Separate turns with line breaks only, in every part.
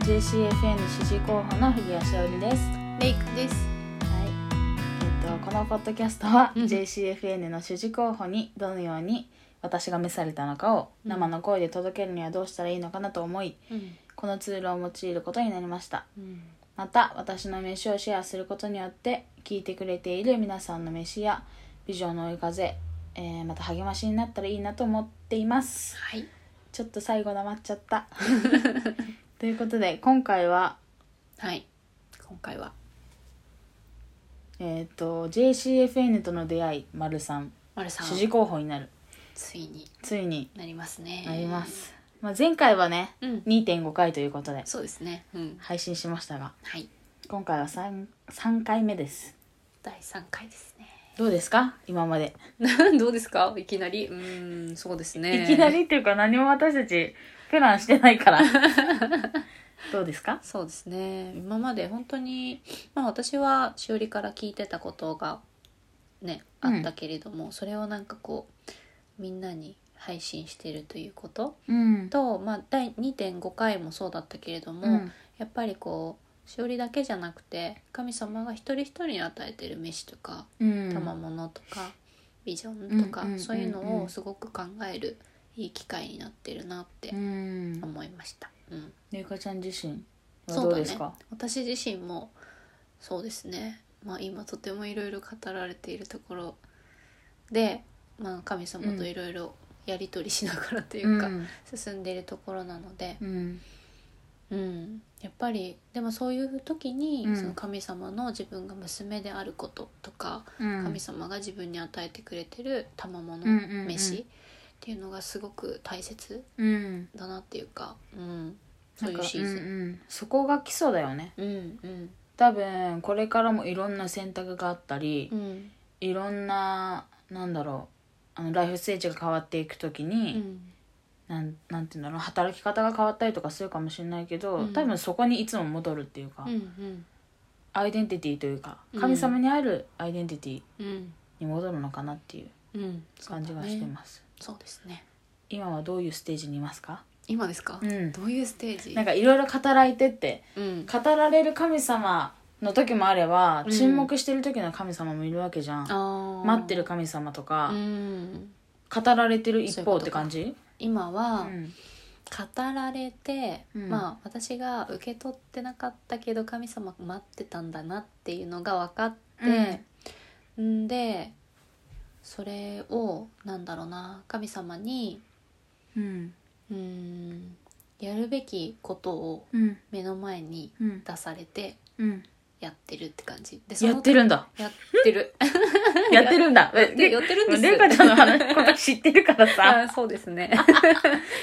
JCFN 支持候補の藤谷しおりです
レイクです。
はい、えっと、このポッドキャストは
うん
JCFN の主事候補にどのように私が召されたのかを
うん
生の声で届けるにはどうしたらいいのかなと思い
うん。
このツールを用いることになりました
うん。
また私の飯をシェアすることによって聞いてくれている皆さんの飯やビジョンの追い風、えーまた励ましになったらいいなと思っています
はい。
ちょっと最後黙っちゃった ということで今回は
はい。今回は。
えっ、と JCFN との出会い丸さん
まるさん。
主事候補になる
ついに
ついに
なりますね。
なりま。す、まあ、前回はね
うん。
2.5回ということで
そうですね。うん。
配信しましたが
はい。
今回は 3, 3回目です
第三回ですね。
どうですか今まで、
どうですか。いきなり。うーん。そうですね。
いきな。りっていうか何も私たちプランしてない からどうですか
そうですね。今まで本当に。まあ、私はしおりから聞いてたことが。ね。あ
うん
ったけれども、それをなんかこう。みんなに配信しているということ。
うん
と、まあ、第2.5回もそうだったけれども、
うん
やっぱりこうしおりだけじゃなくて神様が一人一人に与えてる飯とか
うん
賜物とか、ビジョンとか、
うんうんうんうん
そういうのをすごく考えるいい機会になってるなって
うん
思いました、うん、
ゆかちゃん自身は
そ
ど
う
う
だ
です
ね
か
私自身もそうですね、まあ、今とてもいろいろ語られているところで、まあ、神様といろいろやり取りしながらというか、
ん
進んでいるところなので、
うん
うん、やっぱりでもそういう時に、
うん
その神様の自分が娘であることとか、
うん
神様が自分に与えてくれてる賜物、
うんうんうん
飯っていうのがすごく大切
うん
だなっていうか、うん、そ
な
うんい
か
うシー
うん
ズ
うんそこが基礎だよね
ン。うんうん
多分これからもいろんな選択があったり、
うん
いろんななんだろうあのライフステージが変わっていくとき
う
に、
ん
なんなんていうんだろう働き方が変わったりとかするかもしれないけど、
うん
多分そこにいつも戻るっていうか、
うんうん
アイデンティティというか
うん
神様にあるアイデンティティ
うん
に戻るのかなっていう
うん
感じがしてます、
そうですね
今はどういうステージにいますか、
今ですか、
うん、
どういうステージ
なんかいろいろ語られてって
うん
語られる神様の時もあれば
うん
沈黙してる時の神様もいるわけじゃん、
あー
待ってる神様とか
う、ん
語られてる一
そういう
方
こ
っ
と
て
か
感じ
今は、
うん
語られて、
うん
まあ私が受け取ってなかったけど神様待ってたんだなっていうのが分かって、ん、でそれをなんだろうな神様に
うん
うーんやるべきことを
うん
目の前に
うん
出されて
うん
やってるって感じで
やって
る
るんだ
やってる
やってるんだや
で やってるんです
レカちゃんの話こと知ってるからさ
あそうですね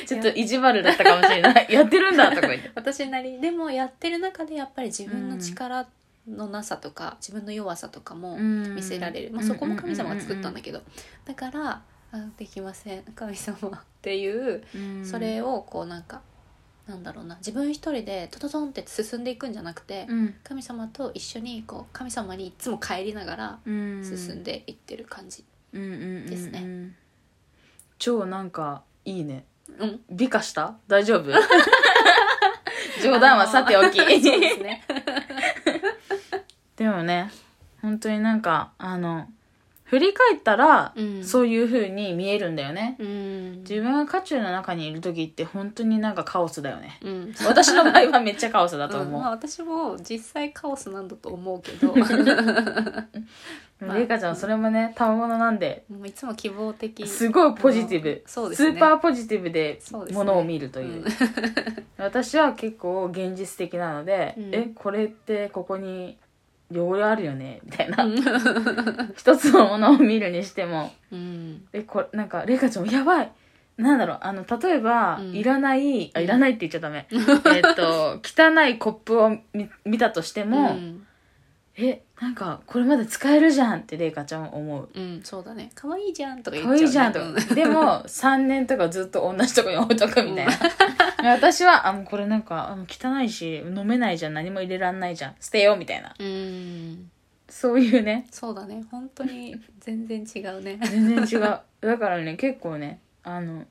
ちょっと意地悪だったかもしれ ないやってるんだとか言って
私なりにでもやってる中でやっぱり自分の力のなさとか、自分の弱さとかも、見せられる、まあ、そこも神様が作ったんだ
け
けどだからあ「できません 神様」っていう
ど
それをこうなんかなんだろうな自分一人でトトトンって進んでいくんじゃなくて
進
神様と一緒にこう神様にいつも帰りながら進んでいってる感じ。
で
ですね
超なんかいいね
うん、
美化した大丈 夫冗談はさておき
あのそうですね。
でもね本当になんかあの振り返ったら、
うん
そういう風に見えるんだよね、
うん
自分が渦中の中にいる時って本当になんかカオスだよね
うん
私の場合はめっちゃカオスだと
うんま
思
あ、私も実際カオスなんだと思うけ ど
う、
まあ
レイカちゃんそれもね賜物なんで
もういつも希望的
すごいポジティブ
うんそうですね
スーパーポジティブで
そうですね
ものを見るという
うん
私は結構現実的なので、
うん
えこれってここに汚れあるよねみたいな、
うん
一つのものを見るにしても
うん
えこれなんかレイカちゃんもやばいなんだろうあの例えば、
うん
いらないあ
うん
いらないって言っちゃダメえっ と汚いコップを見見たとしても、
うん
えなんかこれまで使えるじゃんってレイカちゃんは思う
うん、そうだね。可愛いじゃんとか言っ
可愛
ちゃう、ね。
いじゃんと
うん
かでも3年とかずっと同じとこに置いとくみたい な私はあもうこれなんかあもう汚いし飲めないじゃん何も入れらんないじゃん捨てようみたいな
うん、
そういうね
そうだね。本当に全然違 うね。
全然違う だからね結構ねあの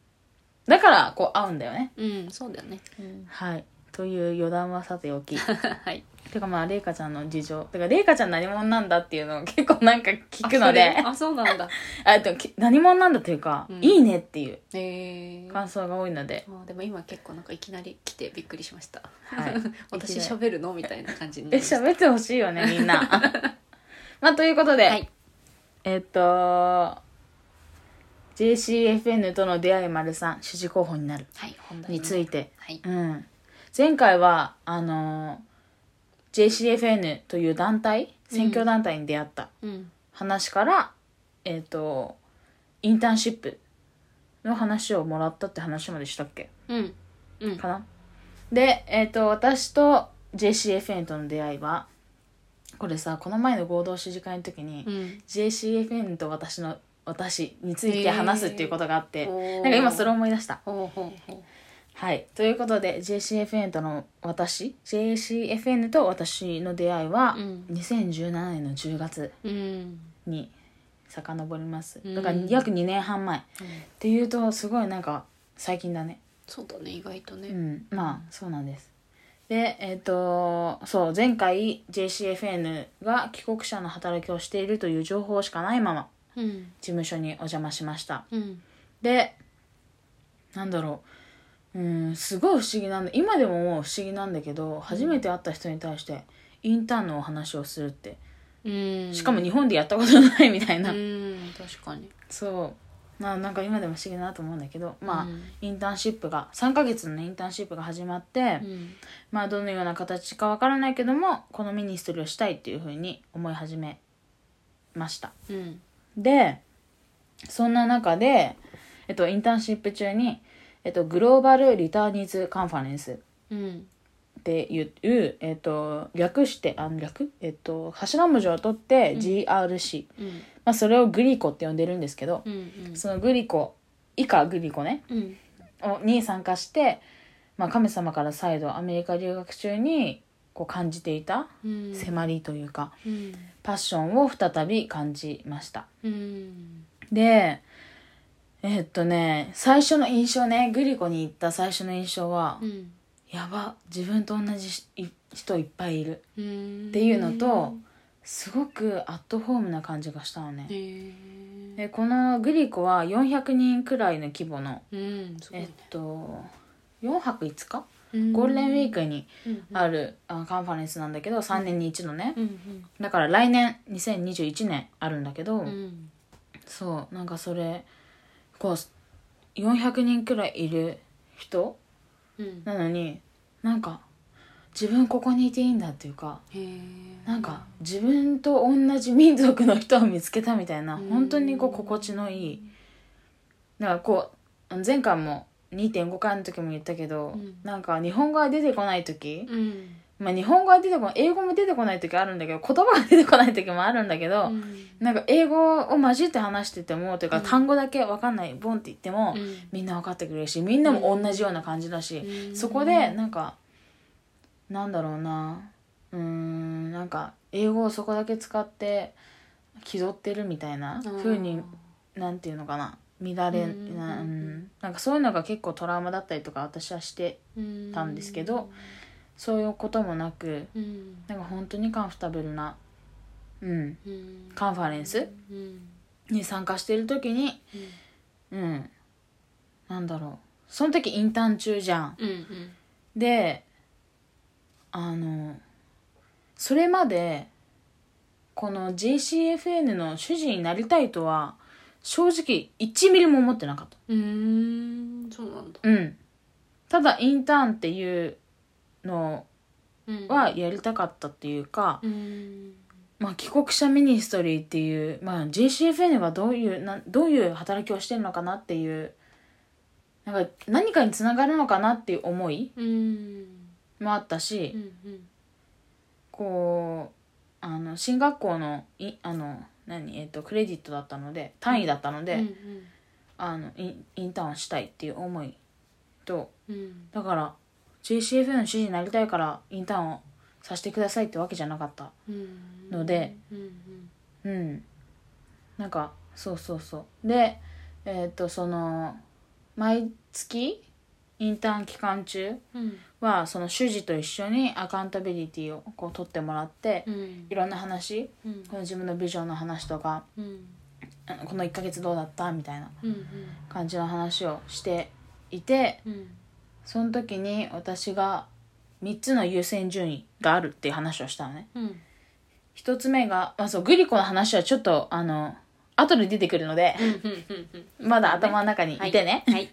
だからこう合うんだよね
うん、そうだよね。うん、
はいという余談はさておき
はい
てかまあ麗華ちゃんの事情てか麗華ちゃん何者なんだっていうのを 結構なんか聞くので
あそれあそうな んだ
あでもき何者なんだというか、
うん
いいねっていう
ええ
感想が多いので、
あでも今結構なんかいきなり来てびっくりしま した、
はい
私
いきな
喋るのみたいな感じにな
え
りました
喋ってほしいよねみんな まあということで、
はい
えっと JCFN との出会い丸さん主事候補になる
はい本題
について、
はい
うん、前回はあの JCFN という団体選挙団体に出会った
うん
話から、えっとインターンシップの話をもらったって話までしたっけ
うんうん
かなで、えっと私と JCFN との出会いはこれさこの前の合同主事会の時に、
うん
JCFN と私の私について話すっていうことがあって、
へー
なんか今それを思い出した。
ほうほうほ
はい、ということで JCFN との私 JCFN と私の出会いは
うん
2017年の10月
ううん
に遡ります、
うん
だから約2年半前、っていうとすごいなんか最近だね
そうだね意外と
う
ね
んまあそうなんですでえっ、とそう前回 JCFN が帰国者の働きをしているという情報しかないまま
うん
事務所にお邪魔しました
うん
でなんだろううんすごい不思議なんだ今でももう不思議なんだけど初めて会った人に対してインターンのお話をするって
うん
しかも日本でやったことないみたいな、
うん確かに
そうななんか今でも不思議だなと思うんだけどまあ、
うん
インターンシップが3ヶ月のインターンシップが始まって、
うん
まあどのような形かわからないけどもこのミニストリーをしたいっていうふうに思い始めました
うん
でそんな中で、えっと、インターンシップ中に、えっと、グローバル・リターニーズ・カンファレンス
うん
っていう、えっと、略してあ略、えっと、頭文字を取って GRC、
うん
まあ、それをグリコって呼んでるんですけど、
うんうん
そのグリコ以下グリコね
うん
をに参加して、まあ、神様から再度アメリカ留学中にこう感じていた
うん
迫りというか、
うん
パッションを再び感じました。
うん
でえっとね最初の印象ねグリコに行った最初の印象は、
うん
やば自分と同じしい人いっぱいいる
うん
っていうのとすごくアットホームな感じがしたのね、
へえ
でこのグリコは400人くらいの規模の
うんすごい
えっ
ね
と4泊5日
うん
ゴールデンウィークに
うん
ある、あカンファレンスなんだけど3年に1のね、
うん
だから来年2021年あるんだけど、
うんうん
そうなんかそれこう400人くらいいる人
うん
なのになんか自分ここにいていいんだっていうか
へえ
なんか自分と同じ民族の人を見つけたみたいな
うん
本当にこう心地のいいだからこう前回も2.5回の時も言ったけど、
うん
なんか日本語が出てこない時、
うん
まあ、日本語が出てこない英語も出てこない時あるんだけど言葉が出てこない時もあるんだけど、
うん
なんか英語を混じって話しててもというか
うん
単語だけ分かんないボンって言っても、
うん
みんな分かってくれるしみんなも同じような感じだし、
うん
そこでなんかなんだろうなうーんなんか英語をそこだけ使って気取ってるみたいな風になんていうのかな乱れ
うん
な,、うん、なんかそういうのが結構トラウマだったりとか私はして
あー
たんですけどそういうこともなく
うん
なんか本当にカンフタブルな、うん、
うん
カンファレンス
うん
に参加してる時に
うん
うんなんだろうその時インターン中じゃん
うんうん
であのそれまでこの JCFN の主人になりたいとは正直1ミリも思ってなかっ
うーんそうなんだ
たうんただインターンっていうの
うん
はやりたかったっていうか、
うん
まあ、帰国者ミニストリーっていう、まあ、JCFN がどういうなどういう働きをしてるのかなっていうなんか何かにつながるのかなっていう思い
うん
もあったし、
うんうん
こうあの進学校のいあの何、えっとクレジットだったので単位だったので、
うんうん
あのインインターンをしたいっていう思いと
うん
だから JCF の主事になりたいからインターンをさせてくださいってわけじゃなかった
うん
ので
うんうん
うんなんかそうそうそうでえっ、とその毎月インターン期間中
うん
はその主事と一緒にアカウンタビリティをこう取ってもらって、
うん
いろんな話
うん
この自分のビジョンの話とか
うん
あのこの1ヶ月どうだったみたいな
うん
感じの話をしていて
うん
その時に私が3つの優先順位があるっていう話をしたのね
うん
1つ目が、まあ、そうグリコの話はちょっとあの後で出てくるのでまだ頭の中にいてね、
はい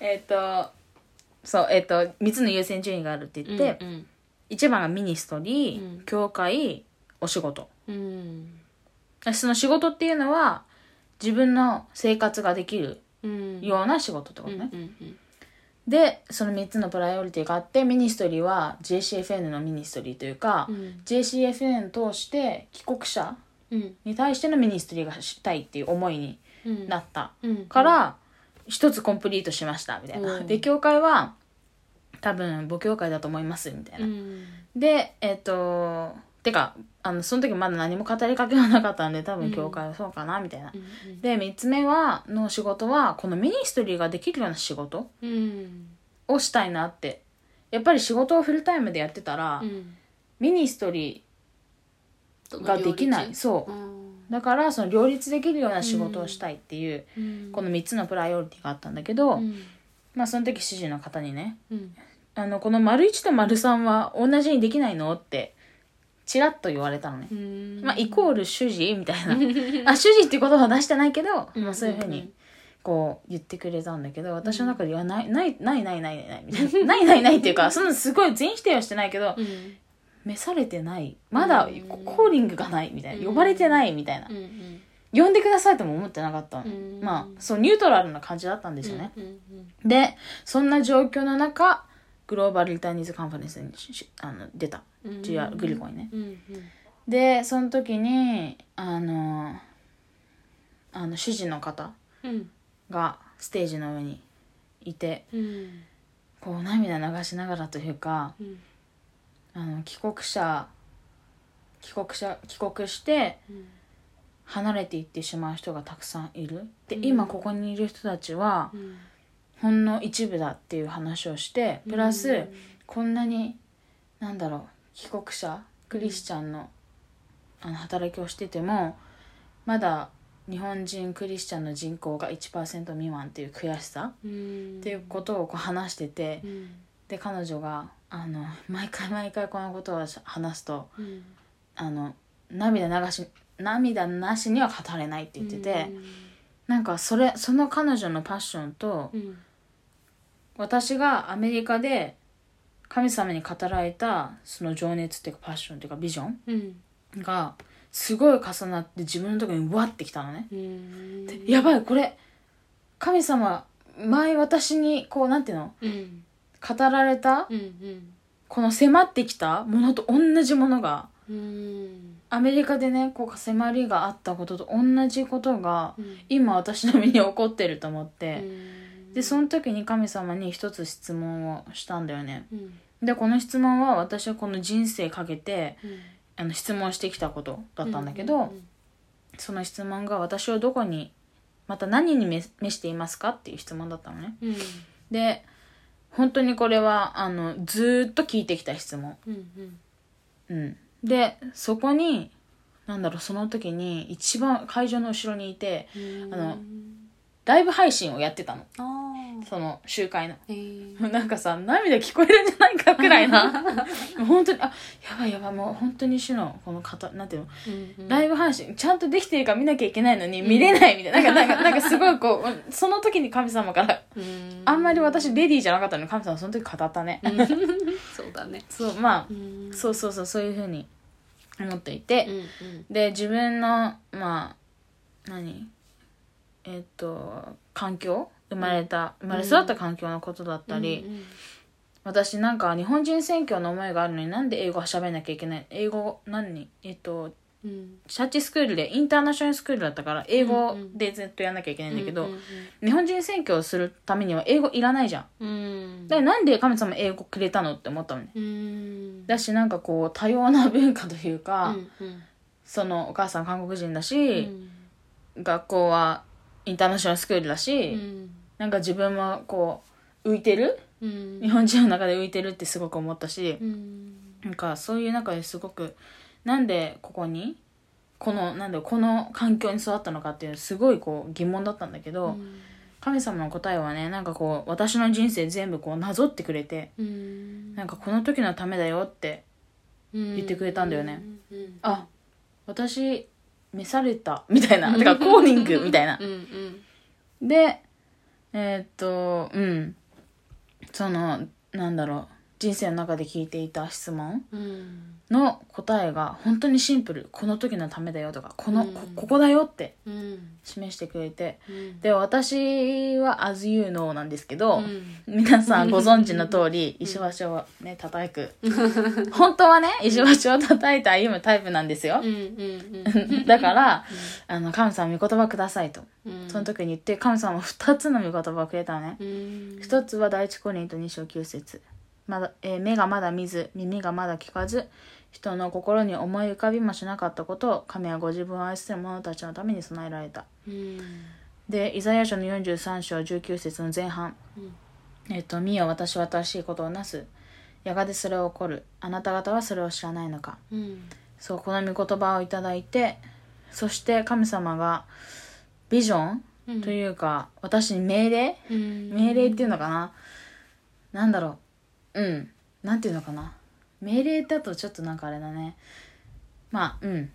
えっとそうえっ、と3つの優先順位があるって言って、
うん
一番がミニストリー、
うん
教会お仕事
うん
その仕事っていうのは自分の生活ができる
うん
ような仕事ってこ
う
と
ん
ね、
うん
でその3つのプライオリティがあってミニストリーは JCFN のミニストリーというか、
うん
JCFN を通して帰国者
うん
に対してのミニストリーがしたいっていう思いに
うん
なった
うん
から一つコンプリートしましたみたいな、
うん
で教会は多分母教会だと思いますみたいうな、
ん
でえっ、とてかあのその時まだ何も語りかけはなかったんで多
う
分
ん
教会はそうかなみたいな、
うん
で3つ目はの仕事はこのミニストリーができるような仕事
うん
をしたいなってやっぱり仕事をフルタイムでやってたら、
うん
ミニストリーができないそうだからその両立できるような仕事をしたいっていう、
うん
この3つのプライオリティがあったんだけど、
うん
まあその時主事の方にね
うん
あのこの丸1と丸3は同じにできないのってチラッと言われたのね、
うん
まあイコール主事みたいな あ主事って言葉は出してないけど、
うん
まあ、そういうふうにこう言ってくれたんだけど私の中ではないないないないないないない みたいなないないないっていうかそのすごい全否定はしてないけど
うん
召されてないまだ
うん
こコーリングがないみたいな
うん
呼ばれてないみたいな
うんうん
呼んでくださいとも思ってなかったの
うん
まあそうニュートラルな感じだったんですよね
うんうん
でそんな状況の中グローバル・リターニーズ・カンファレンスにししあの出た
うん
GR グリコにね
うんうん
でその時にあのあの主人の方
うん
がステージの上にいて
うん
こう涙流しながらというか
うん
あの帰国者帰国者帰国して
うん
離れていってしまう人がたくさんいるで、
うん
今ここにいる人たちは
うん
ほんの一部だっていう話をしてプラス、こんなになんだろう帰国者クリスチャンの,、あの働きをしててもまだ日本人クリスチャンの人口が1%未満っていう悔しさ
うん
っていうことをこう話してて
うん
で彼女があの毎回毎回このことを話すと
うん
あの涙流し涙なしには語れないって言ってて、なんかそれその彼女のパッションと
うんうん
私がアメリカで神様に語られたその情熱っていうかパッションっていうかビジョン
うん
がすごい重なって自分のところにわってきたのね、
うん
でやばいこれ神様前私にこうなんていうの
うん
語られた
うんうん
この迫ってきたものと同じものが
うん
アメリカでねこう迫りがあったことと同じことが
うん
今私の身に起こってると思っ
う
て、
ん
でその時に神様に一つ質問をしたんだよね
うん
でこの質問は私はこの人生かけて
うん
あの質問してきたことだったんだけど、その質問が私をどこにまた何に召召していますかっていう質問だったのね
うん
で本当にこれはあのずーっと聞いてきた質問
うんうん
うんでそこになんだろうその時に一番会場の後ろにいて
うん
あのライブ配信をやってたの
あー
その集会の
えー
なんかさ涙聞こえるんじゃないかくらい なもう本当にあやばいやばいもう本当に主のこの方なんていうの
うんうん
ライブ配信ちゃんとできてるか見なきゃいけないのに見れないみたいな、なんかなんか なんかすごいこうその時に神様から
うん
あんまり私レディーじゃなかったのに神様はその時語ったね、
うんそうだね
そうまあ、
ん
そうそうそうそういうふうに思っていて、
うんうん
で自分のまあ何えっと環境生まれた生まれ育った環境のことだったり、
うんうん
私なんか日本人選挙の思いがあるのになんで英語は喋んなきゃいけない英語何にえっと
うん
チャーチスクールでインターナショナルスクールだったから英語でずっとやんなきゃいけないんだけど、
うんうん
日本人選挙をするためには英語いらないじゃん
うん
でなんで神様英語くれたのって思ったのね
うん
だしなんかこう多様な文化というか、
うんうん
そのお母さん韓国人だ
う
し、
ん
学校はインターナショナルスクールだし、
うん
なんか自分もこう浮いてる
うん
日本人の中で浮いてるってすごく思ったし、
うん
なんかそういう中ですごくなんでここにこのなんだろうこの環境に育ったのかっていうすごいこう疑問だったんだけど、
うん
神様の答えはねなんかこう私の人生全部こうなぞってくれて
うん
なんかこの時のためだよって
言
ってくれたんだよね
うん
あ私召されたみたいなてかコーニングみたいな
うんうん
でえーっとうんそのなんだろう人生の中で聞いていた質問
うん
の答えが本当にシンプルこの時のためだよとかこの、
うん
こここだよって
うん
示してくれて
うん
で私は「as you know」なんですけど、
うん
皆さんご存知の通り石橋をね叩く 本当はね石橋を叩いて歩むタイプなんですよ
うんうん
だから「あの神様御言葉ください」と
うん
その時に言って神様は2つの御言葉をくれたのね
うん
一つは第一コリント2章9節まだ、えー目がまだ見ず耳がまだ聞かず人の心に思い浮かびもしなかったことを神はご自分を愛する者たちのために備えられた
うん
でイザヤ書の43章19節の前半
うん
「えっと見よ私は新しいことをなすやがてそれを起こるあなた方はそれを知らないのか
うん」
そうこの御言葉をいただいてそして神様がビジョン
うん
というか、私に命令
うん
命令っていうのかな、なんだろううんなんていうのかな命令だとちょっとなんかあれだねまあうん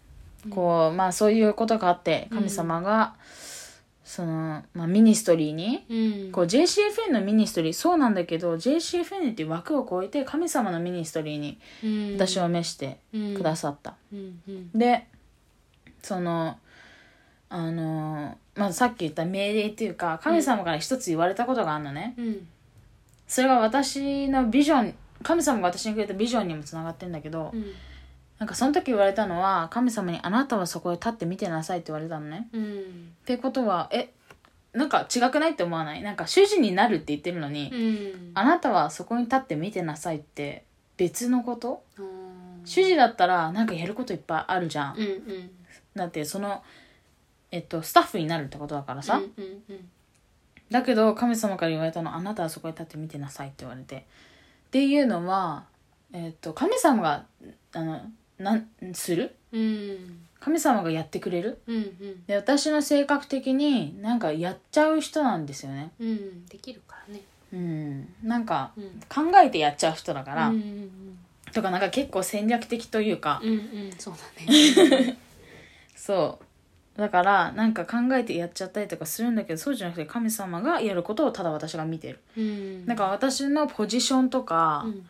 こうまあそういうことがあって神様が、その、まあ、ミニストリーに
うん
こう JCFN のミニストリーそうなんだけど JCFN っていう枠を超えて神様のミニストリーに
うん
私を召してくださった、
うんうん
でそのあのまあさっき言った命令っていうか神様から一つ言われたことがあるのね、
うん
それが私のビジョン神様が私にくれたビジョンにもつながってんだけど、
うん
なんかその時言われたのは神様に「あなたはそこへ立って見てなさい」って言われたのね。
うん
ってことはえなんか違くないって思わないなんか主人になるって言ってるのに、
うん
あなたはそこに立って見てなさいって別のこと、
うん
主人だったらなんかやることいっぱいあるじゃん。
うんうん
だってそのえっと、スタッフになるってことだからさ、
うんうんうん
だけど神様から言われたの「あなたはそこへ立って見てなさい」って言われてっていうのは、えー、と神様があのなんする
うん
神様がやってくれる
うんうん
で私の性格的になんかやっちゃう人なんですよね
うんできるからね
うんなんか
うん
考えてやっちゃう人だから、
うんうん
とかなんか結構戦略的というか、
うんうんうんそうだね
そうだからなんか考えてやっちゃったりとかするんだけどそうじゃなくて神様がやることをただ私が見てる、
うん
なんか私のポジションとか、
うん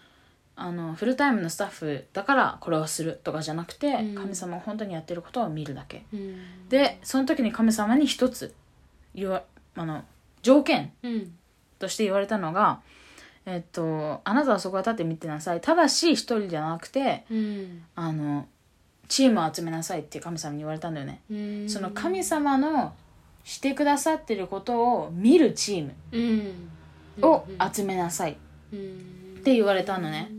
あのフルタイムのスタッフだからこれをするとかじゃなくて、
うん
神様が本当にやってることを見るだけ
うん
でその時に神様に一つ言わあの条件
うん
として言われたのが、えっと、あなたはそこは立って見てなさいただし一人じゃなくて
うん
あのチームを集めなさいって神様に言われたんだよね、
うん
その神様のしてくださってることを見るチ
うん
ームを集めなさい
うん
って言われたのね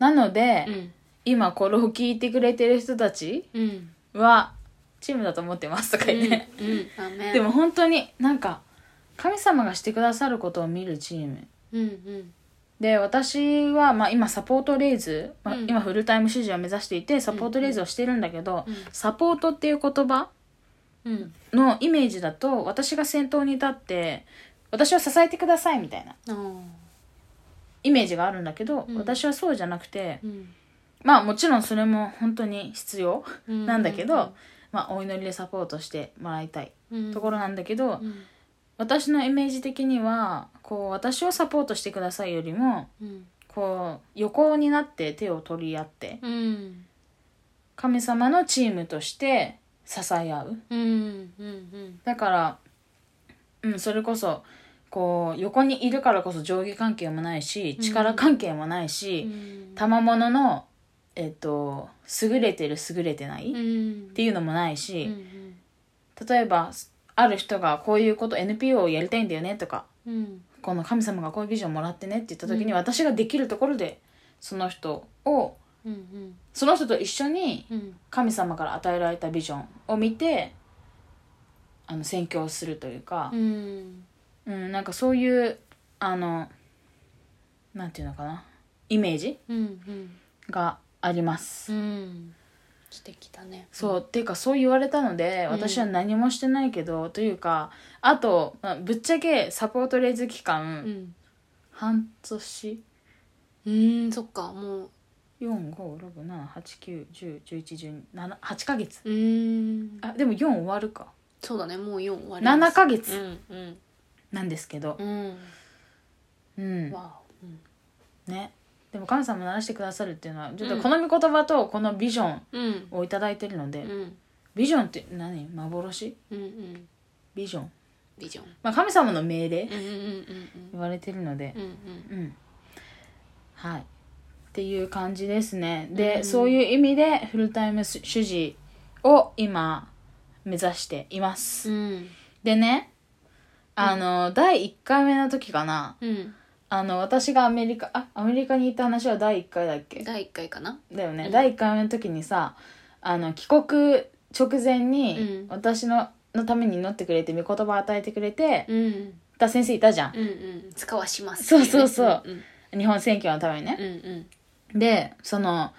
なので、
うん
今これを聞いてくれてる人たち
うん
はチームだと思ってますとか
うん
言って、
うんアメン
でも本当になんか神様がしてくださることを見るチーム
うんうん
で私は、まあ、今サポートレイズ、まあ
うん
今フルタイム指示を目指していてサポートレイズをしてるんだけど、
うん
サポートっていう言葉
うん
のイメージだと私が先頭に立って私を支えてくださいみたいな
あ
イメージがあるんだけど、
うん
私はそうじゃなくて
ーうん
まあもちろんそれも本当に必要
うん
なんだけど、まあ、お祈りでサポートしてもらいたい
うん
ところなんだけど、
うん
私のイメージ的にはこう私をサポートしてくださいよりも
うん
こう横になって手を取り合って
うん
神様のチームとして支え合う
うんうん
だから、うん、それこそこう横にいるからこそ上下関係もないし
うん
力関係もないうし、
ん
賜物の、えっと、優れてる優れてない、
う
っ
ん
ていうのもないし、
うん
例えばある人がこういうこと NPO をやりたいんだよねとか
うん
この神様がこういうビジョンもらってねって言った時に、
うん
私ができるところでその人を
うんうん
その人と一緒に
うん
神様から与えられたビジョンを見てあの宣教するというか、
うん
うん、なんかそういうあのなんていうのかなイメージ
うん
があります、
うんうん素敵だね
そうっていうかそう言われたので
うん
私は何もしてないけど、というかあと、まあ、ぶっちゃけサポートレイズ期間、
うん
半年
うんそっかもう
4567891011178ヶ月
うん
あでも4終わるか
そうだねもう4終わり
7ヶ
う
月
んうん
なんですけど、
うん
うん
わおうん
ねでも神様も鳴らしてくださるっていうのはちょっとこの御言葉とこのビジョン
うん
を頂いただいてるので、
うん
ビジョンって何幻
うんうん
ビジョン、
ビジョン
まあ、神様の命令
うんうん
言われてるので
うんうんうん
うんはいっていう感じですねで、
うん
そういう意味でフルタイム主事を今目指しています、
うん
でねあの、第1回目の時かな
うん
あの私がアメリカあアメリカに行った話は第1回だっけ
第1回かな
だよね、
うん
第1回目の時にさあの帰国直前に
うん
私の,、のために祈ってくれて御言葉を与えてくれて
うん
た先生いたじゃん
うんうん使わします
そうそうそう
うん
日本選挙のためにね
うんうん
でその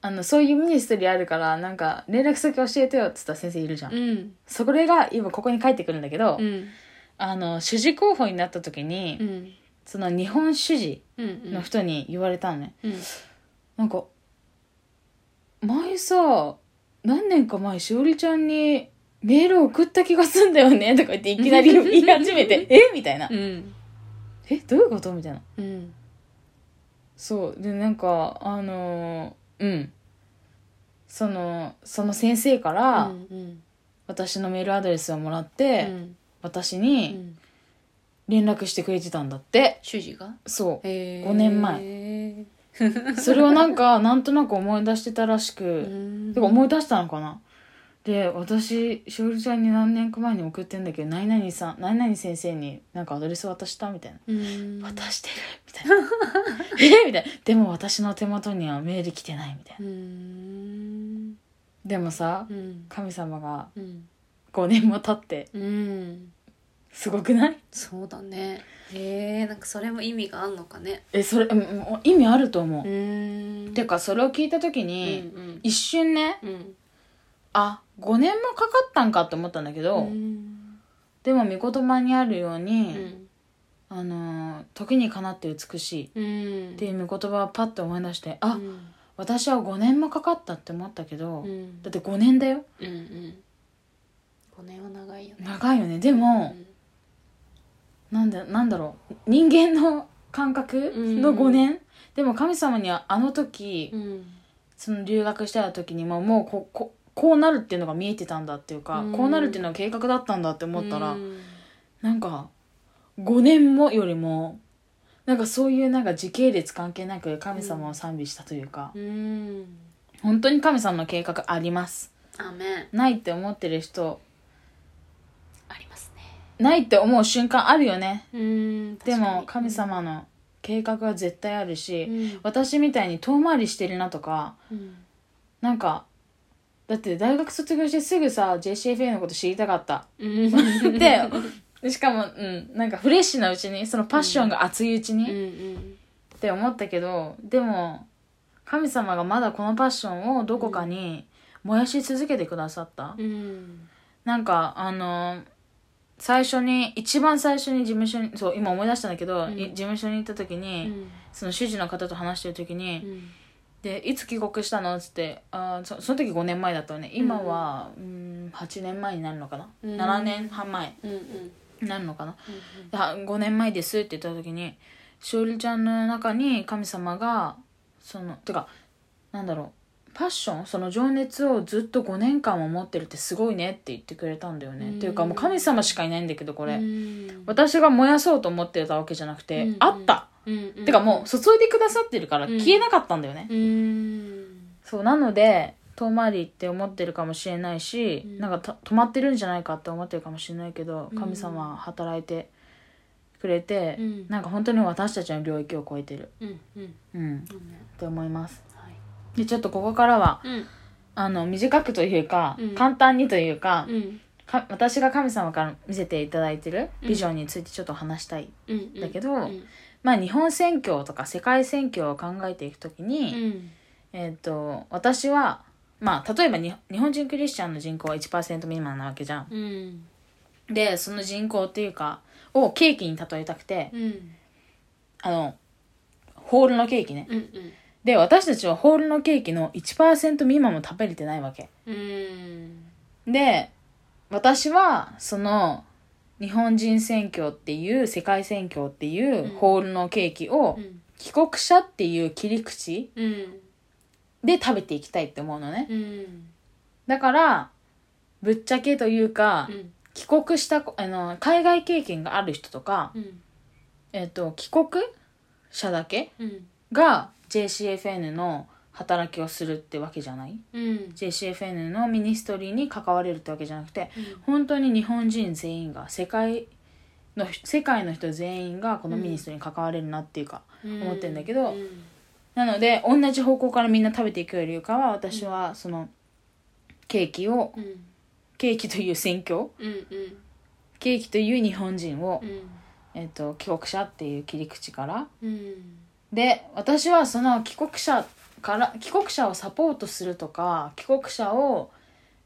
あのそういうミニストリーあるからなんか連絡先教えてよっつった先生いるじゃん、
うん
それが今ここに帰ってくるんだけど、
うん
あの主事候補になった時に、
うん
その日本主事
うんうん
の人に言われたのね、
うん
なんか前さ何年か前しおりちゃんにメール送った気がすんだよねとか言っていきな り言い始めてえみたいな、
うん
えどういうことみたいな
うん
そうでなんかあのーうんそのその先生から
うんうん
私のメールアドレスをもらっ
う
て、
ん
私
う
に
ん
連絡してくれてたんだって
主事が
そ
へー
五年前
へ
うそれをなんかなんとなく思い出してたらしく、
ー
てか思い出したのかなで私しおりちゃんに何年か前に送ってんだけど何々さん何々先生になんかアドレス渡したみたいな
うん
渡してるみたいな えみたいなでも私の手元にはメール来てないみたいな
うん
でもさ
うん
神様が
うん
5年も経って
うん
すごくない
そうだねへえんかそれも意味があんのかね
えそれうんうん意味あると思う、
うん
てかそれを聞いた時
う
に、
ん
一瞬ね
うんうん
あ5年もかかったんかって思ったんだけど、
うん
でも御言葉にあるよう
う
に、
ん
あのー時にかなって美しい」
うん
っていう御言葉をパッと思い出して、あ
うん
私は5年もかかったって思ったけど、
うん
だって5年だよ
うんうん五年は長いよね
長いよねでも、なんだなんだろう人間の感覚の5年、でも神様にはあの時、
うん
その留学してた時にももうこここうなるっていうのが見えてたんだっていうか、
うん
こうなるっていうのは計画だったんだって思ったら、
うん
なんか5年もよりもなんかそういうなんか時系列関係なく神様を賛美したというか、
うん
本当に神様の計画あります
アーメン
ないって思ってる人
ありますね
ないって思う瞬間あるよね
うん
でも
確かに
神様の計画は絶対あるし、
うん
私みたいに遠回りしてるなとか
うん
なんかだって大学卒業してすぐさ JCFA のこと知りたかった
うん
でしかも、うん、なんかフレッシュなうちにそのパッションが熱いうちに、
う
っ
ん
て思ったけどでも神様がまだこのパッションをどこかに燃やし続けてくださった、
うん
なんかあの最初に一番最初に事務所にそう今思い出したんだけど、
うん
い事務所に行った時
う
に、
ん
その主事の方と話してる時
う
に
ん
「でいつ帰国したの?」っつってあーそその時5年前だったのね今は、うん、8年前になるのかな、
うん
7年半前
うんうん
になるのかなあ5年前ですって言った時にしおりちゃんの中に神様がそのてかなんだろうパッションその情熱をずっと5年間も持ってるってすごいねって言ってくれたんだよね。
うん
っていうかもう神様しかいないんだけどこれ、
うん
私が燃やそうと思ってたわけじゃなくて、
うん
あった、
うんうん
てかもう注いでくださってるから
うん
消えなかったんだよね。
うん
そうなので遠回りって思ってるかもしれないし、
うん
なんかた止まってるんじゃないかって思ってるかもしれないけど
うん
神様は働いてくれて、
うん
なんか本当に私たちの領域を超えてる、
うんう
う
ん
ん、
うんね
って思います
はい
でちょっとここからは
うん
あの短くというか、
うん
簡単にというか、
うん
か私が神様から見せていただいてるビジョンについてちょっと話したい、
うんうん
だけど
うん
まあ日本選挙とか世界選挙を考えていくとき
う
に、
ん
えっと私はまあ例えばに日本人クリスチャンの人口は1%未満なわけじゃん
うん
でその人口っていうかをケーキに例えたくて、
うん
あのホールのケーキね
うんうん
で私たちはホールのケーキの1%未満も食べれてないわけ
うん
で私はその日本人選挙っていう世界選挙っていう
うん
ホールのケーキを
うん
帰国者っていう切り口
うん
で食べていきたいって思うのね
うん
だからぶっちゃけというか
うん
帰国したこあの海外経験がある人とか、
うん
えっと帰国者だけ
うん
が JCFN の働きをするってわけじゃない
うん
JCFN のミニストリーに関われるってわけじゃなくて
うん
本当に日本人全員が世界の世界の人全員がこのミニストリーに関われるなっていうか、思ってんだけど
うん
なので同じ方向からみんな食べていくよりかは私はそのケーキを
うん
ケーキという選挙
うんうん
ケーキという日本人を
う、ん
えっと帰国者っていう切り口から
うん
で私はその帰国者から帰国者をサポートするとか帰国者を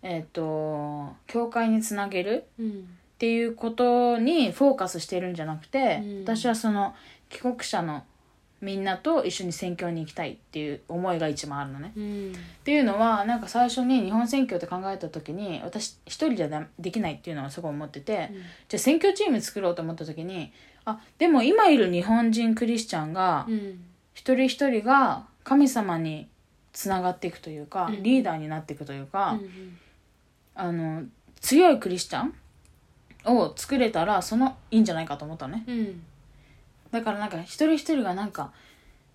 えっ、と教会につなげる
うん
っていうことにフォーカスしてるんじゃなくて、
うん
私はその帰国者のみんなと一緒に選挙に行きたいっていう思いが一番あるのね。
うん
っていうのはなんか最初に日本選挙って考えた時に私一人じゃだできないっていうのはすごい思ってて、じゃあ選挙チーム作ろうと思った時にあでも今いる日本人クリスチャンが
うん
一人一人が神様につながっていくというか、
うん
リーダーになっていくというか、
うん
あの強いクリスチャンを作れたらそのいいんじゃないかと思ったのね
うん
だからなんか一人一人がなんか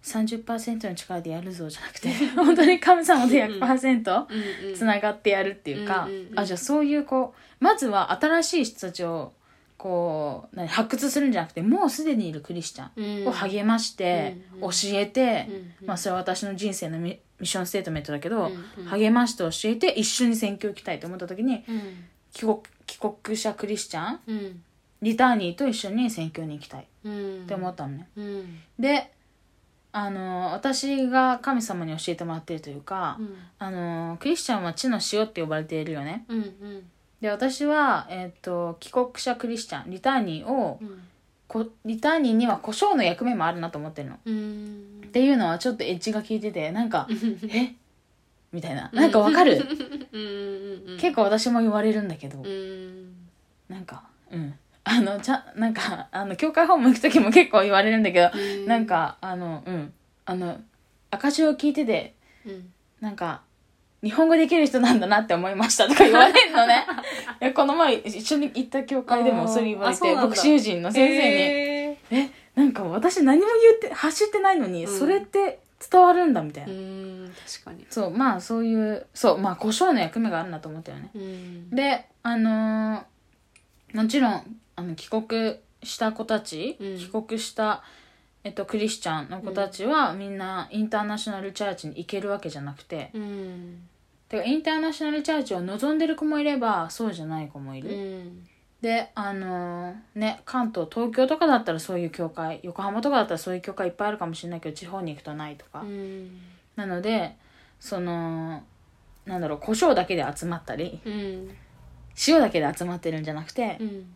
30%の力でやるぞじゃなくて本当に神様で100%
うん
つながってやるっていうか、
うんうんうん
あじゃあそういうこうまずは新しい人たちをこう何発掘するんじゃなくてもうすでにいるクリスチャンを励まして、
うんう
教
ん
えて、
うん
まあ、それは私の人生のミミッションステートメントだけど、
うんうん
励まして教えて一緒に選挙行きたいと思った時に
うん
帰国帰国者クリスチャン
うん
リターニーと一緒に選挙に行きたいっ
うん
て思ったのね、
うん
であの私が神様に教えてもらってるというか、
うん
あのクリスチャンは地の塩って呼ばれているよね
うんうん
で私は、えっと帰国者クリスチャンリターニーを
うん
こリターニーには胡椒の役目もあるなと思ってるの
うん
っていうのはちょっとエッジが効いててなん か「えみたいな
うん
なんかわかる
うん
結構私も言われるんだけど、
うん
なんかうんあのちゃなんかあの教会訪問行く時も結構言われるんだけど、
うん
なんかあのうんあの証を聞いてて
うん
なんか日本語できる人なんだなって思いましたとか言われるの ねいやこの前一緒に行った教会でもそれ言われ
あー
て
あそうなんだ
牧師夫人の先生に、
へ
なんか私何も言って走ってないのに、
うん
それって伝わるんだみたい
ー
な、
うん確かに
そうまあそういうそうまあ胡椒の役目があるなと思ったよね
うん
であのーもちろんあの帰国した子たち、
うん
帰国した、えっと、クリスチャンの子たちは、みんなインターナショナルチャーチに行けるわけじゃなくて、
うん
てかインターナショナルチャーチを望んでる子もいればそうじゃない子もいうる、
ん
であのーね関東東京とかだったらそういう教会横浜とかだったらそういう教会いっぱいあるかもしれないけど地方に行くとないとか、
うん
なのでそのなんだろう胡椒だけで集まったり
うん
塩だけで集まってるんじゃなくて、
うん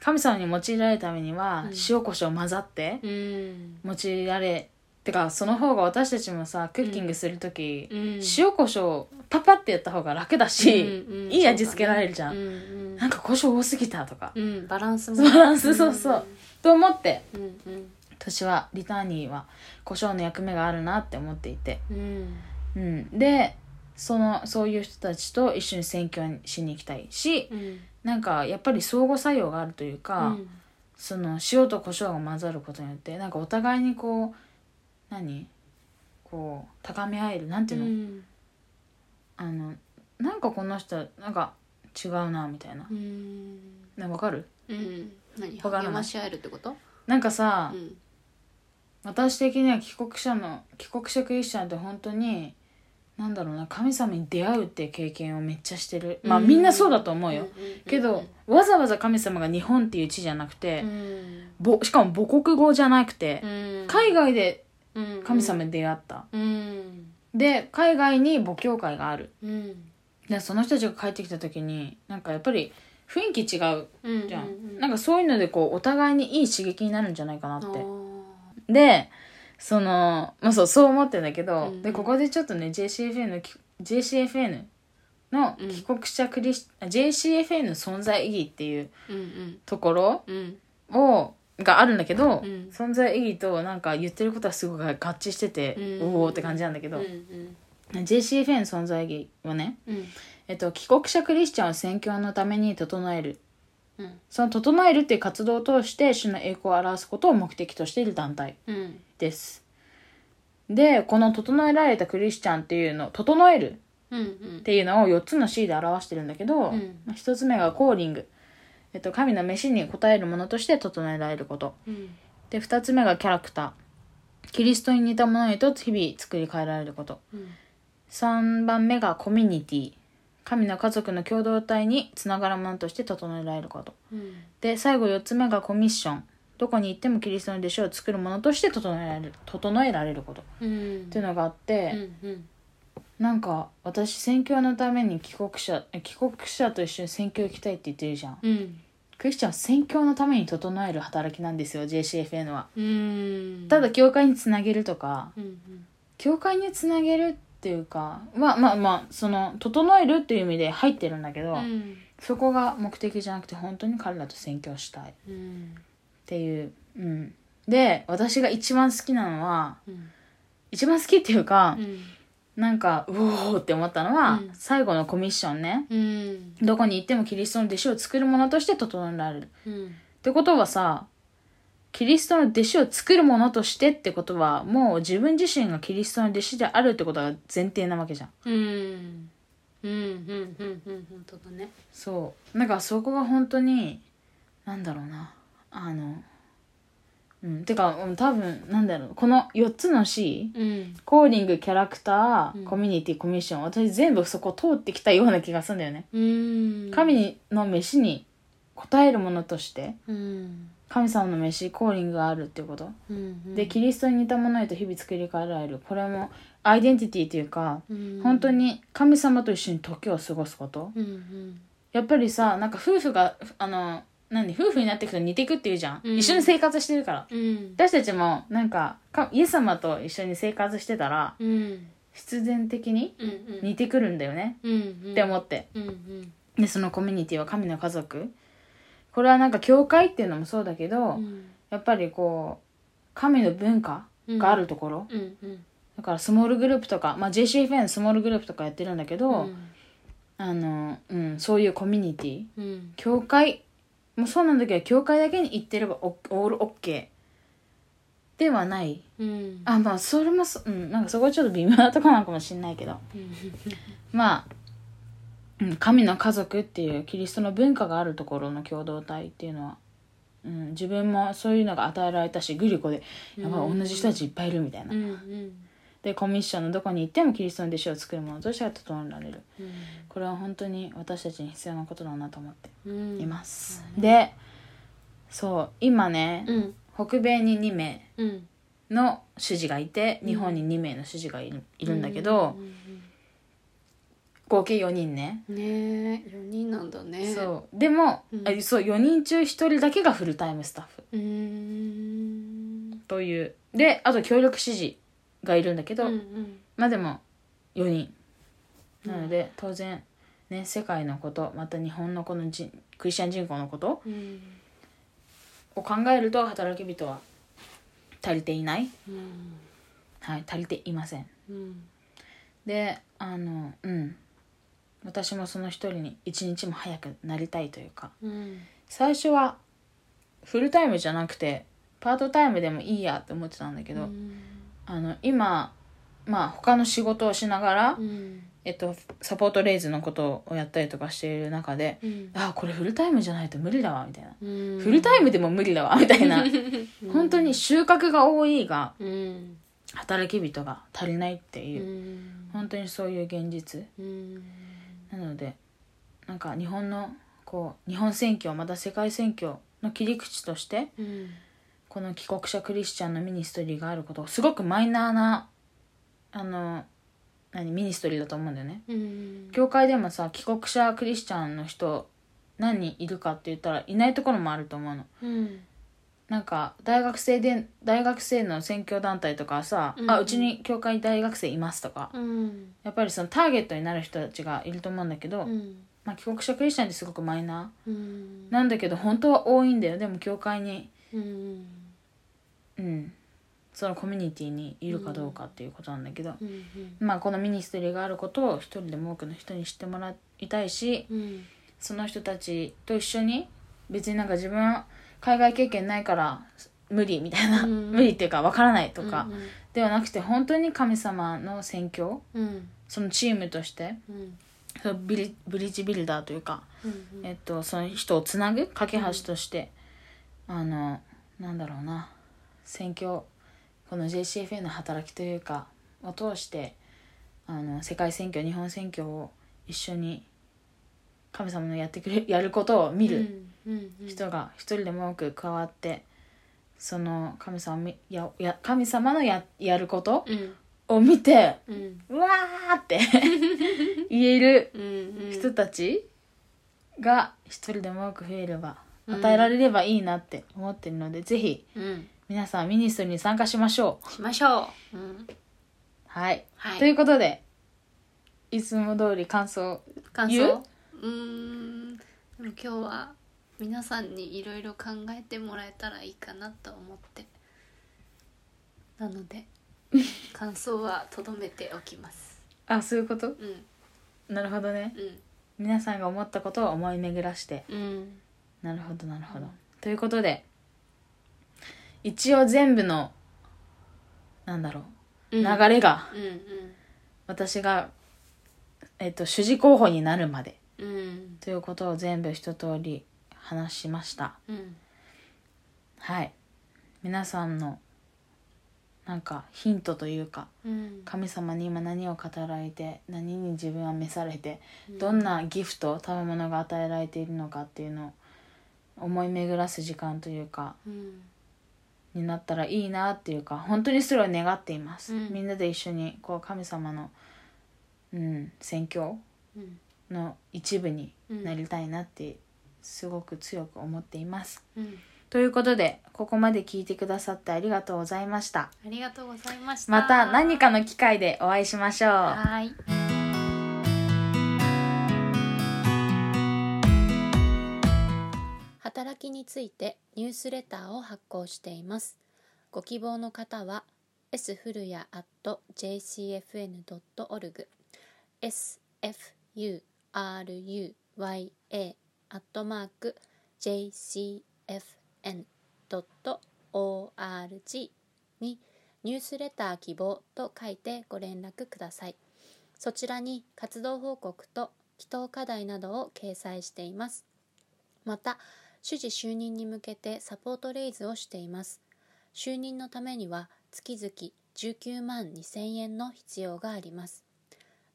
神様に用いられるためには
うん
塩コショウ混ざって
うん
用いられてかその方が私たちもさクッキングする時、
うん
塩コショウパパってやった方が楽だし、
うんうん
いい味付けられるじゃ
うん
ん、
うん
なんか胡椒多すぎたとか、
うんバランスも
バランスそうそう、と思って
うんうん
私はリターニーは胡椒の役目があるなって思っていて、
うん
うん、でそのそういう人たちと一緒に選挙しに行きたいし
うん
なんかやっぱり相互作用があるというか、
うん
その塩と胡椒が混ざることによってなんかお互いにこう何こう高め合えるなんていうの,、
うん
あのなんかこの人なんか違うなみたいな
うん
なんかわかる
うん何
わからない
励まし合えるってこと
なんかさ、
うん
私的には帰国者の帰国者クリスチャンって本当になんだろうな神様に出会うっていう経験をめっちゃしてるまあ
うん
みんなそうだと思うよ
んんんん
けどわざわざ神様が日本っていう地じゃなくて
う、ん
ぼしかも母国語じゃなくて、
うん
海外で
うん
神様に出会った、
うん
で海外に母教会がある
うん
でその人たちが帰ってきた時になんかやっぱり雰囲気違う
うん
じゃん、
うん
なんかそういうのでこうお互いにいい刺激になるんじゃないかなって
あー
でその、まあ、そうそう思ってんだけど、
うん
でここでちょっとね JCFN のき JCFN の
うん
帰国者クリス、あ JCFN の存在意義っていう
うんうん
ところ
うん
をがあるんだけど、
うん
存在意義となんか言ってることはすごく合致してて、
うん
おおって感じなんだけど、
うん
JCFN 存在意義はね、
うん
えっと、帰国者クリスチャンを宣教のために整える
うん
その整えるっていう活動を通して主の栄光を表すことを目的としている団体
うん
です。で、この整えられたクリスチャンっていうの、整える
うんうん
っていうのを4つの C で表してるんだけど、
うん
まあ1つ目がコーリング。えっと、神の飯に応えるものとして整えられること。
うん
で、2つ目がキャラクター。キリストに似たものへと日々作り変えられること。
うん
3番目がコミュニティ。神の家族の共同体につながるものとして整えられること。
うん
で最後4つ目がコミッションどこに行ってもキリストの弟子を作るものとして整えられる整えられることっ
うん
ていうのがあって、
うん
なんか私宣教のために帰国者え帰国者と一緒に宣教行きたいって言ってるじゃん
うん
クリスチャンは宣教のために整える働きなんですよ JCFN は
うん
ただ教会につなげるとか
うんうん
教会につなげるっていうかまあまあまあその整えるっていう意味で入ってるんだけど、
うん
そこが目的じゃなくて本当に彼らと宣教したい
うん
っていう、うん、で私が一番好きなのは
うん
一番好きっていうか
う、ん
なんかうおーって思ったのは、
うん
最後のコミッションね
うん
どこに行ってもキリストの弟子を作るものとして整えられるっ
うん
てことはさキリストの弟子を作るものとしてってことはもう自分自身がキリストの弟子であるってことが前提なわけじゃん
うんうんうんうんうん本当だね
そうなんかそこが本当になんだろうなあのうんてかうん多分なんだろうこの4つの C
うん
コーリングキャラクター、
うん
コミュニティコミッション私全部そこ通ってきたような気がするんだよね、
うん
神の飯に応えるものとして
うん
神様の飯コーリングがあるっていうこと、
うんうん
でキリストに似たものへと日々作り変えられるこれもアイデンティティというか、
うん
本当に神様と一緒に時を過ごすこと
うん
やっぱりさなんか夫婦があの何夫婦になっていくと似ていくっていうじゃん、
うん
一緒に生活してるから
うんうん
私たちもなんかかイエス様と一緒に生活してたら
うん
必然的に
うんうん
似てくるんだよね、
うん
って思って
うんうん
でそのコミュニティは神の家族これはなんか教会っていうのもそうだけど、
うん
やっぱりこう神の文化
うん
があるところ、
うんうん
だからスモールグループとか、まあ、JCFN スモールグループとかやってるんだけど、
うん
あのうん、そういうコミュニティ
うん
教会もそうなんだけど教会だけに行ってればオオールオッケーではない
うん
あまあそれもそうん、なんかそこはちょっと微妙なとこなのかもしれないけど
うん
まあ、うん、神の家族っていうキリストの文化があるところの共同体っていうのは、うん、自分もそういうのが与えられたしグリコでやっぱり同じ人たちいっぱいいるみたいな、
うんうん
でコミッションのどこに行ってもキリストの弟子を作るものとして整えられる
うん
これは本当に私たちに必要なことだなと思って
うん
います、でそう今ね、
うん
北米に2名
うん
の主事がいて日本に2名の主事がいる,、いるんだけど、
うん
合計4人ね
うんねえ四人なんだね
そうでも、
うん
あそう4人中1人だけがフルタイムスタッフ
うーん
というであと協力支持がいるんだけど、
うんうん
まあでも4人なので、当然ね世界のことまた日本のこの人クリスチャン人口のこと
うん
を考えると働き人は足りていない
うん
はい足りていません
うん
であのうん私もその一人に一日も早くなりたいというか
うん
最初はフルタイムじゃなくてパートタイムでもいいやって思ってたんだけ
う
ど、
ん
あの今まあ他の仕事をしながら、
うん
えっと、サポートレイズのことをやったりとかしている中で
うん
あこれフルタイムじゃないと無理だわみたいな、
う ん
フルタイムでも無理だわみたいな本当に収穫が多いが
うん
働き人が足りないっていう、
ん
本当にそういう現実
うん
なのでなんか日本のこう日本選挙また世界選挙の切り口として
うん
この帰国者クリスチャンのミニストリーがあることすごくマイナーなあの何ミニストリーだと思うんだよね。
うん
教会でもさ帰国者クリスチャンの人何人いるかって言ったらいないところもあると思うの。
うん
なんか大学生で大学生の選挙団体とかさ、
うん
あうちに教会大学生いますとか
うん
やっぱりそのターゲットになる人たちがいると思うんだけど、
うん
まあ、帰国者クリスチャンってすごくマイナ
うん
ーなんだけど本当は多いんだよでも教会に
うん
うんそのコミュニティにいるかどうかっていうことなんだけど、
うん
まあこのミニストリーがあることを一人でも多くの人に知ってもらいたいし
うん
その人たちと一緒に別になんか自分は海外経験ないから無理みたいな、
うん
無理っていうかわからないとか、
うん
ではなくて本当に神様の宣教
うん
そのチームとして
うん
そのビリブリッジビルダーというか、
うん
えっと、その人をつなぐ架け橋として、あのなんだろうな宣教この JCFA の働きというかを通してあの世界選挙日本選挙を一緒に神様のやってくれ やることを見る
うんうん
人が一人でも多く加わってその神様をみやや神様のややること
うん
を見て
うん
うわー って言える
うんうん
人たちが一人でも多く増えれば
うん
与えられればいいなって思ってるので、ぜひ
うん
皆さんミニストリーに参加しましょう
しましょううん
はい、
はい
ということでいつも通り感想
感
言
想
う
うーんでも今日は皆さんにいろいろ考えてもらえたらいいかなと思ってなの で感想はとどめておきます
あそういうこと
うん
なるほどね
う
皆さんが思ったことを思い巡らして
んうん
なるほどなるほど、ということで一応全部のなんだろう
流
流れが、
うん
私が、えっと、主事候補になるまで
うんうん
ということを全部一通り話しました
うん
はい皆さんのなんかヒントというか
うん
神様に今何を語られて何に自分は召されてどんなギフト食べ物が与えられているのかっていうのを思い巡らす時間というか
うん
になったらいいなっていうか本当にそれを願っています、
うん
みんなで一緒にこう神様のうん宣教
うん
の一部に
うん
なりたいなってすごく強く思っています。
うん
ということでここまで聞いてくださってありがとうございました。
ありがとうございました
また何かの機会でお会いしましょう。
はーい働きについてニュースレターを発行していますご希望の方は s ふるや at jcfn.org sfuruya at mark jcfn.org にニュースレター希望と書いてご連絡ください。そちらに活動報告と祈祷課題などを掲載しています。また、主事就任に向けてサポートレイズをしています。就任のためには月々19万2000円の必要があります。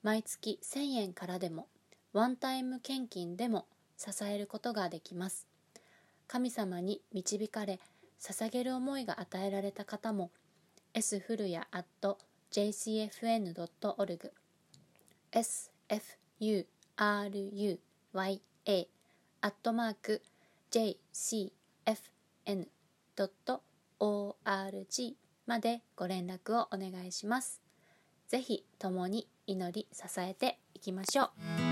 毎月1000円からでも、ワンタイム献金でも支えることができます。神様に導かれ、捧げる思いが与えられた方も s フルヤ at jcfn.org sfuruya at mark jcfn.org までご連絡をお願いします。ぜひ共に祈り支えていきましょう。